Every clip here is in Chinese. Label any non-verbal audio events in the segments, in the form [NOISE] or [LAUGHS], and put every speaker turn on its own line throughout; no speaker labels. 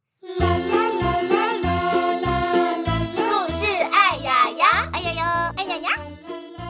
哎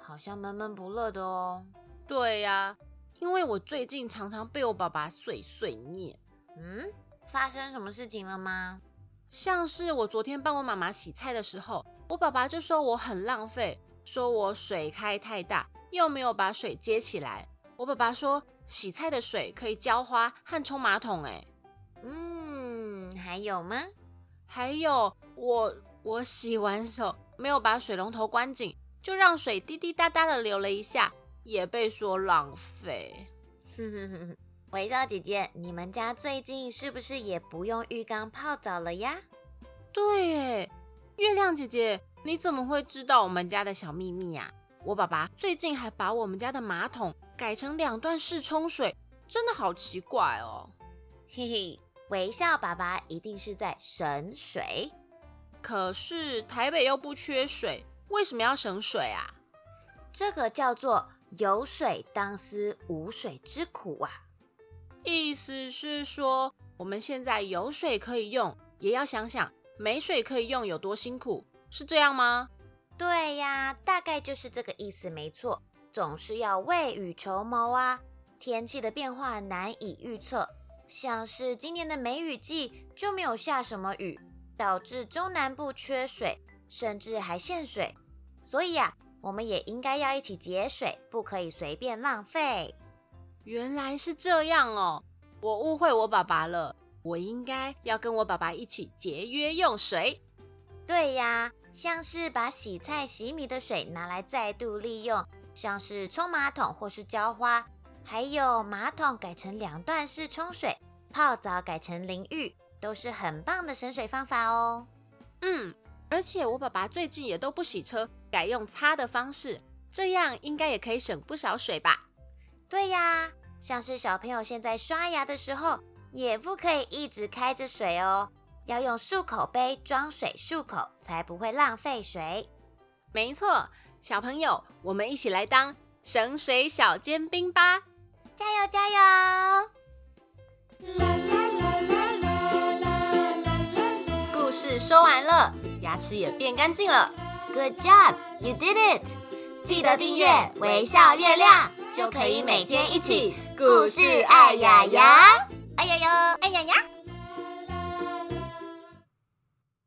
好像闷闷不乐的哦。
对呀、因为我最近常常被我爸爸碎碎念，
嗯，发生什么事情了吗？
像是我昨天帮我妈妈洗菜的时候，我爸爸就说我很浪费，说我水开太大，又没有把水接起来。我爸爸说洗菜的水可以浇花和冲马桶、欸，
嗯，还有吗？
还有我我洗完手没有把水龙头关紧，就让水滴滴答答的流了一下，也被说浪费。
[LAUGHS] 微笑姐姐，你们家最近是不是也不用浴缸泡澡了呀？
对耶，月亮姐姐，你怎么会知道我们家的小秘密呀、我爸爸最近还把我们家的马桶改成两段式冲水，真的好奇怪哦。
嘿嘿，微笑爸爸一定是在省水。
可是台北又不缺水，为什么要省水啊？
这个叫做有水当思无水之苦啊！
意思是说，我们现在有水可以用，也要想想没水可以用有多辛苦，是这样吗？
对呀，大概就是这个意思，没错。总是要未雨绸缪啊！天气的变化难以预测，像是今年的梅雨季就没有下什么雨，导致中南部缺水，甚至还限水。所以啊，我们也应该要一起节水，不可以随便浪费。
原来是这样哦，我误会我爸爸了，我应该要跟我爸爸一起节约用水。
对呀，像是把洗菜、洗米的水拿来再度利用，像是冲马桶或是浇花，还有马桶改成两段式冲水，泡澡改成淋浴，都是很棒的省水方法哦。
嗯，而且我爸爸最近也都不洗车，改用擦的方式，这样应该也可以省不少水吧？
对呀，像是小朋友现在刷牙的时候，也不可以一直开着水哦，要用漱口杯装水漱口，才不会浪费水。
没错，小朋友，我们一起来当省水小尖兵吧！
加油加油！
故事说完了，牙齿也变干净了。
Good job, you did it！记得订阅微笑月亮，就可以每天一起故事爱雅雅。哎